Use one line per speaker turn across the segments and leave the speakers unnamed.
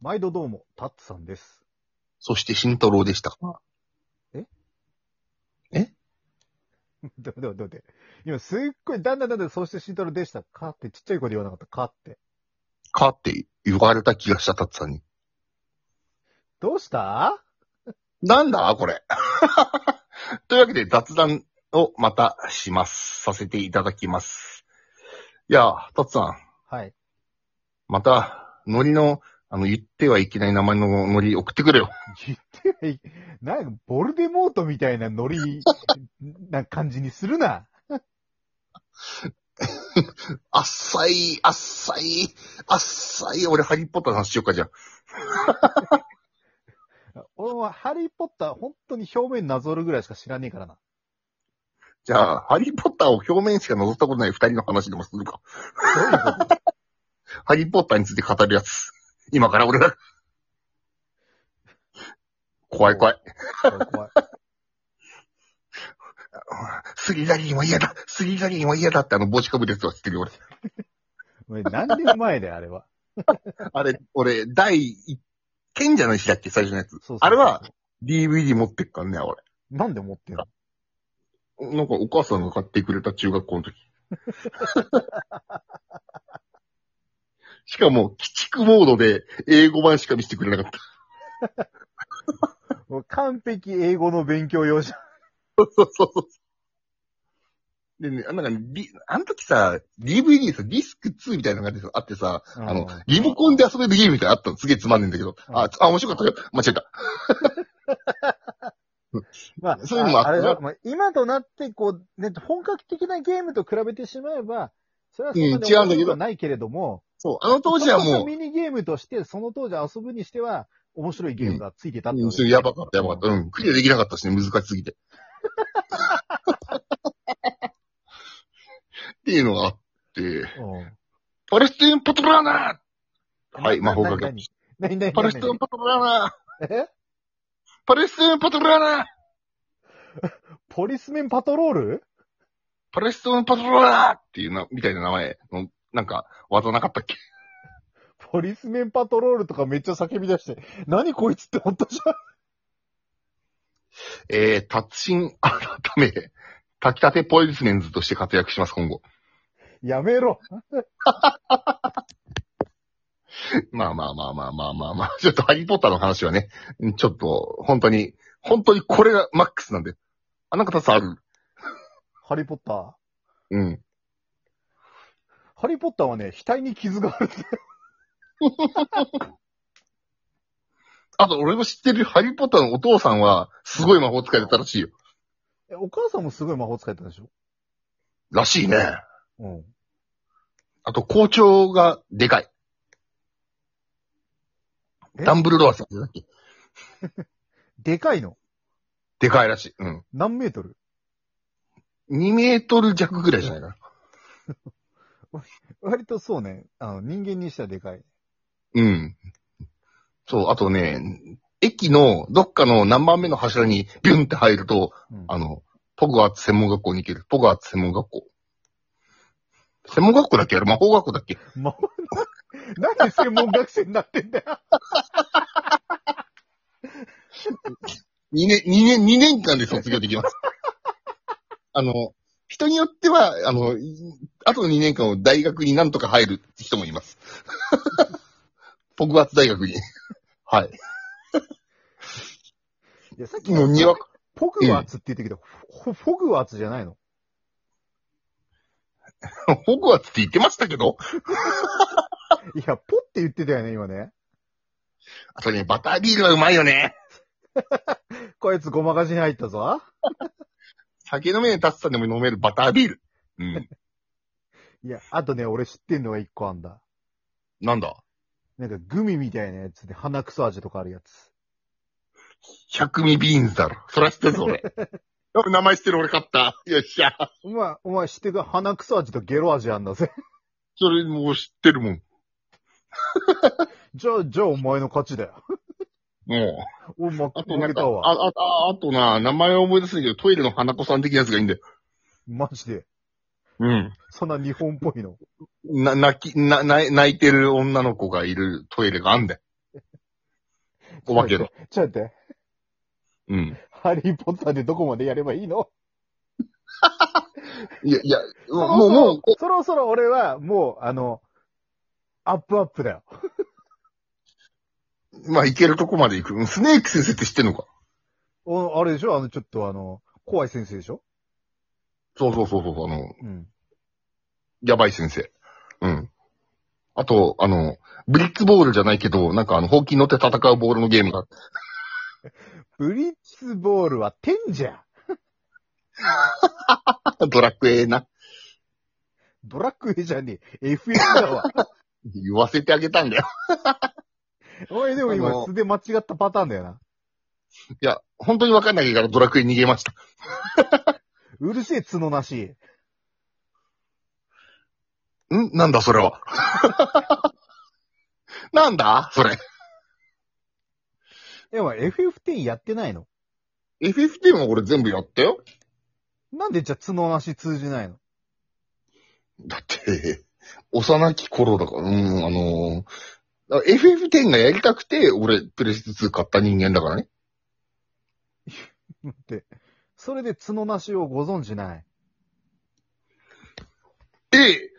毎度どうも、タッツさんです。
そして慎太郎でしたか
どうどうどうで。今すっごい、だんだんだんだん、そうして慎太郎でしたかってちっちゃい声で言わなかったかって。
かって言われた気がした、たつさんに。
どうした
なんだこれ。 というわけで雑談をまたします。させていただきます。いやー、たつさん、
はい。
また、ノリの、あの、言ってはいけない名前のノリ送ってくれよ。
言ってはい、なんか、ボルデモートみたいなノリ、な感じにするな。
あっさい、あっさい、あっさい。俺、ハリーポッターの話しようか、じゃあ。
俺はハリーポッター、本当に表面なぞるぐらいしか知らねえからな。
じゃあ、ハリーポッターを表面しか覗ったことない二人の話でもするか。
どういうこと
ハリーポッターについて語るやつ。今から俺が。怖い怖い。
怖い怖い。
スリザリンは嫌だスリザリンは嫌だってあの帽子かぶるやつは知ってるよ、俺。
お前何年前だよ、あれは。
あれ、俺、第一件じゃないしだっけ、最初のやつ。
そうそうそう
あれは、DVD 持ってっからね、俺。
なんで思ってんの
なんかお母さんが買ってくれた中学校の 時。しかも、鬼畜モードで英語版しか見せてくれなかった。
もう完璧英語の勉強用じゃん。
そうそうそう。 でね、なんかね、リあの時さ、DVD さ、ディスク2みたいなのがあってさ、あの、リモコンで遊べるゲームみたいなのあったの。すげえつまんねえんだけど。
うん
あ、あ、面白かったよ。間違えた。
まあ、
そういうのもあった
あれだ、まあ、今となって、こう、ね、本格的なゲームと比べてしまえば、それはそんなに
うん違う
面白
んだけど
くはないけれども、
そう、あの当時は
それこそ ミ
も
ニゲームとして、その当時遊ぶにしては、面白いゲームがついてたって
う、
こ
うん
と
それやばかった、やばかった。うん、クリアできなかったしね、難し すぎて。っていうのがあって、
う
パレスチンパトラーナ
ん。
はい、魔法かけ。
何何何
パレスチンパトラーナ
え
パレスチンパトラーナ
ポリスメンパトロール
パレスチンパトラーナっていうな、みたいな名前の、なんか、技なかったっけ
ポリスメンパトロールとかめっちゃ叫び出して、何こいつって本当じゃん。
えー、達人 改め、炊きたてポイズメンズとして活躍します、今後。
やめろ。
まあまあまあまあまあまあまあ、ちょっとハリーポッターの話はね、ちょっと、本当に、本当にこれがマックスなんで。あ、なんかたつある。
ハリーポッター。
うん。
ハリーポッターはね、額に傷がある。
あと、俺の知ってるハリーポッターのお父さんは、すごい魔法使いだったらしいよ。
えお母さんもすごい魔法使えたんでしょ
らしいね。
うん。
あと、校長がでかい。
え
ダンブルドアさんじゃなくて
でかいの。
でかいらしい。うん。
何メートル
2メートル弱ぐらいじゃないかな。
割とそうね、あの、人間にしてはでかい。
うん。そう、あとね、駅のどっかの何番目の柱にビュンって入ると、
うん
あの、ポグワーツ専門学校に行ける。ポグワーツ専門学校。専門学校だっけあれ魔法学校だっけ
まあ、ななんで専門学生になってんだ よ。
?2 年、二年、二年間で卒業でき ます。あの、人によっては、あの、あとの2年間を大学になんとか入る人もいます。 ポグワーツ大学に。 はい。
いや、さっき
もうにわか、
ポグワーツって言ってきたフォフォグワーツじゃないの。
ポグワーツって言ってましたけど、
いや、ポって言ってたよね、今ね。
あとね、バタービールはうまいよね。
こいつごまかしに入ったぞ。
酒飲めねえタツさんでも飲めるバタービール。 うん。
いや、あとね、俺知ってんのが一個あんだ。
なんだ
なんかグミみたいなやつで鼻くそ味とかあるやつ。
百味ビーンズだろ。そら知ってるぞ、 俺。俺名前知ってる俺買った。よっしゃ。
お前、お前知ってるか鼻くそ味とゲロ味あんだぜ。
それもう知ってるもん。
じゃあ、じゃあお前の勝ちだよ。
も
お、ま、
う。あと
負
なん
け
か、
た
あ、
わ。
あ、ああとな、名前は思い出せないけど、トイレの花子さん的なやつがいいんだよ。
マジで。
うん。
そんな日本っぽいの。
な、泣き、な、泣い泣いてる女の子がいるトイレがあんだよ。お化けの。
ちょっと待って。
うん。
ハリーポッターでどこまでやればいいの
いや、いや、
そろ
も、
そうろ
もう、こ
そろそろ俺は、もう、あの、アップアップだよ。
まあ、行けるとこまで行くうん。スネーク先生って知ってんのか
おあれでしょあの、ちょっとあの、怖い先生でしょ
そうそうそうそう、あの、
うん。
やばい先生。うん。あと、あの、ブリッツボールじゃないけど、なんかあの、ほうきに乗って戦うボールのゲームが、
ブリッツボールは天じゃ。
ドラクエな、
ドラクエじゃねえ。FF だ わ。
言わせてあげたんだよ。
おい、でも
あ
今、
の
素で間違ったパターンだよな。
いや、本当にわかんないからドラクエ逃げました。
うるせえ角なし。
んなんだそれは。 なんだそれ。
でも FF10 やってないの
FF10 は俺全部やったよ。
なんでじゃあ角なし通じないの
だって、幼き頃だから、うん、あのー、FF10 がやりたくて、俺、プレステ2買った人間だからね。
って。それで角なしをご存じない。
ええ、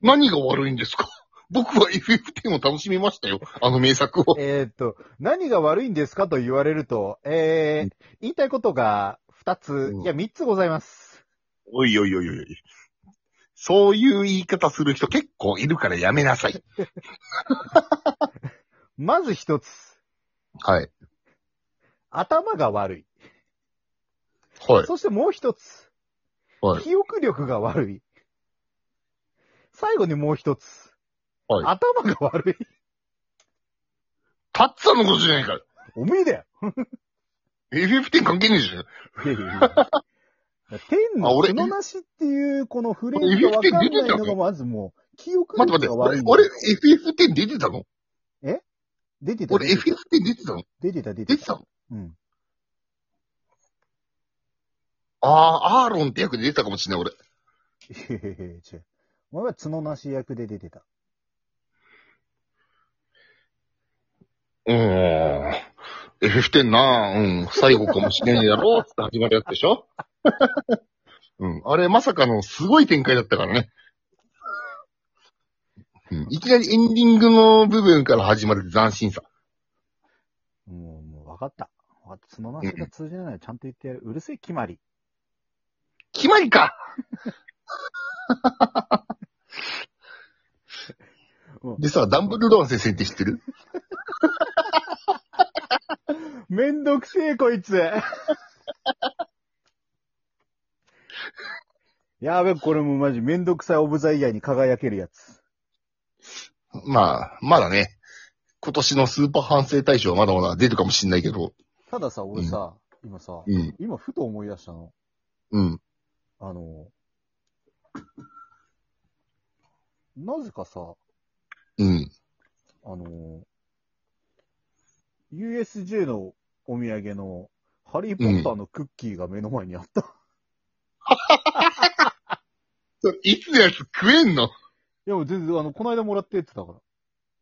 何が悪いんですか 僕は FF10 を楽しみましたよ。あの名作 を。
えーっと、何が悪いんですかと言われると、え
う
ー、言いたいことが2つ
う、ん
いや3つございます。
おいおいおいおいおい。そういう言い方する人結構いるからやめなさい。
まず1つ、
はい。
頭が悪い。
はい。
そしてもう1つ、
はい。
記憶力が悪い。最後にもう1つ、
はい
頭が悪い。
タッツァのことじゃないから。
おめえだよ
FF10 関係ねえじゃん。
いやいやいや天
あ
の
俺
角なしっていうこのフレーズがわかんないのがまずもう、記憶
待って
力が
待
悪
っ
いん。だよ。
て俺、俺 FF10 出てたの
出てた、
俺
出て
FF10 出てたの
た、出
出
て
てた
た。
の
うん。
ああ、アーロンって役で出てたかもしれない、俺。
いやいやい や違う。お前は角なし役で出てた。
うーん。FF10 なぁ、うん、最後かもしれんやろ、って始まるやつでしょ うん。あれ、まさかのすごい展開だったからね。うん、いきなりエンディングの部分から始まる斬新さ。
もう、もう分かった。分かった。角なしが通じないならちゃんと言ってやる。うるせえ決まり。
決ま りか
うん
でさ、ダンブルドアン先生って知ってる
めんどくせえ、こいつ。 やべ、これもマジめんどくさいオブザイヤーに輝けるやつ。
まあ、まだね、今年のスーパー反省大賞はまだまだ出るかもしんないけど、
たださ、俺さ、今さ、
うん、
今ふと思い出したの。
うん。
あの、なぜかさ、
うん。
あの、USJ のお土産の、ハリー・ポッターのクッキーが目の前にあった。
それいつのやつ食えんの
いや、もう全然、あの、この間もらってってたか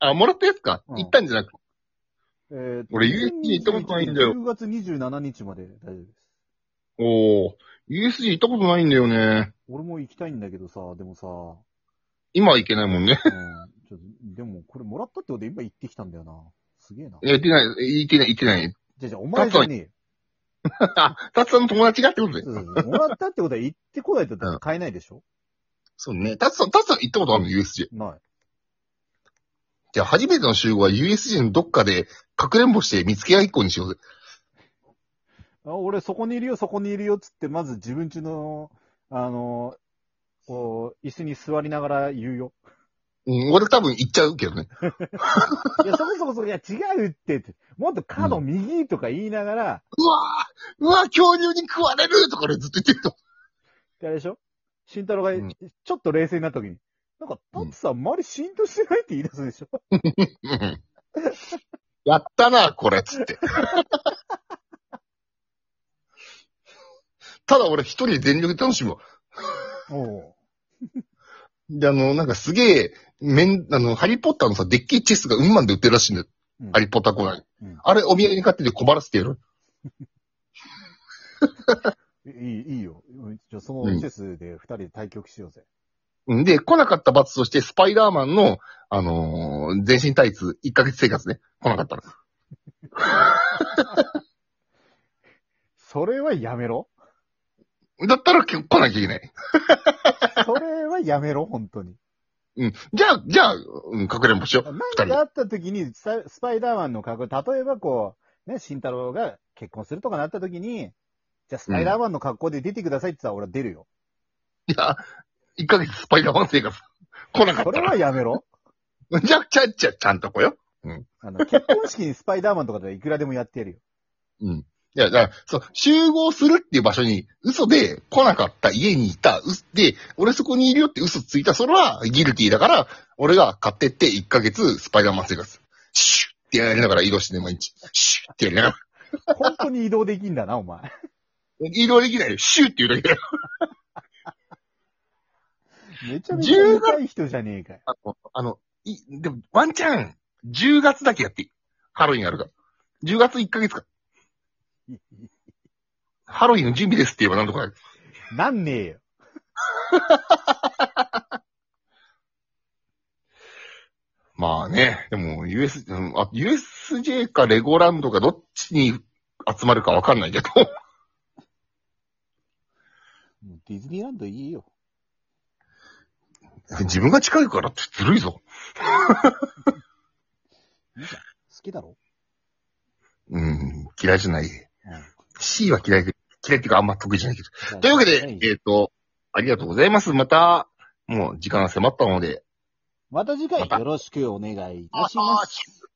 ら。
あ、もらったやつか、
うん
行ったんじゃなくて。
えー、
俺 USJ 行ったことないんだよ
10月27日まで大丈夫です。
おー、USJ 行ったことないんだよね。
俺も行きたいんだけどさ、でもさ、う
今は行けないもんね。
ん、 ちょっと、でもこれもらったってことで今行ってきたんだよな。すげえな。
いや行ってない、行ってない、行ってない。
じ ゃあじゃあお前じゃねえよ
あ、タツさんの友達がってことで
そ。うそうそうもらったってことは行ってこないとだって買えないでしょ、
そうね。タツさん、タツさん行ったことあるの ?USJ。
ない。
じゃあ初めての集合は USJ のどっかで、かくれんぼして見つけ合いっこにしようぜ。
あ俺そこにいるよ、そこにいるよっつって、まず自分ちの、あの、こう、椅子に座りながら言う よ。
うん、俺多分行っちゃうけどね。
いや、そこそこそこ、いや、違うってって、もっと角右とか言いながら、
うわーうわー恐竜に食われるとか俺ずっと言ってると。
ってあれでしょ慎太郎が
うん
ちょっと冷静になった時に、なんか、タツさん、周り浸透してないって言い出すでしょ
うん。やったな、これ、つって。ただ俺一人で全力で楽しむわ。
お
で、あの、なんかすげえ、めん、あの、ハリーポッターのさ、デッキチェスがうんまんで売ってるらしいんだよ。
うん
ハリポタコナン
うん。
あれ、お土産に買ってて困らせてやる。
いい、いいよ。じゃあそのチェスで二人で対局しようぜ。
んで、来なかった罰として、スパイダーマンの、あのー全身タイツ、1ヶ月生活ね。来なかったら。
それはやめろ。
だったら、きょ来なきゃいけない。
それはやめろ、本当に。
うん。じゃあ、じゃあ、うん、かくれんぼしよう。
何かあった時に、ススパイダーマンの格好、例えばこう、ね、慎太郎が結婚するとかなった時に、じゃあスパイダーマンの格好で出てくださいって言ったら俺は出るよ。
いや、1ヶ月スパイダーマン生活。来なか
そ
った
れは
ら。
やめろ。
じゃあ、ちゃ、ちゃ、ちゃんと来よ。
あの、結婚式にスパイダーマンとかでいくらでもやってやるよ。
うん。いや、だから、そう、集合するっていう場所に、嘘で来なかった、家にいた、嘘で、俺そこにいるよって嘘ついた、それはギルティだから、俺が買ってって1ヶ月スパイダーマン生活。シュッってやりながら移動してね、毎日。シュッってやりながら。
本当に移動できんだな、お 前。
移動できないよ。シュッって言うだけだよ。
めちゃめちゃ痛い人じゃねえかよ。
あの、あの、い、でも、ワンチャン、10月だけやっていい。ハロウィンあるから。10月1ヶ月か。ハロウィンの準備ですって言えばなんとかなる。
なんねえよ。
まあね、でも US、うんあ USJ かレゴランドかどっちに集まるかわかんないけど。
ディズニーランドいいよ。
自分が近いからってずるいぞ。
好きだろ
うん、嫌いじゃな
う
い。
ん。
C は嫌いで、嫌いっていうかあんま得意じゃないけど。というわけ
は
で、えっ、と、ありがとうございます。また、もう時間が迫ったので。
また次回よろしくお願いいたします。
す。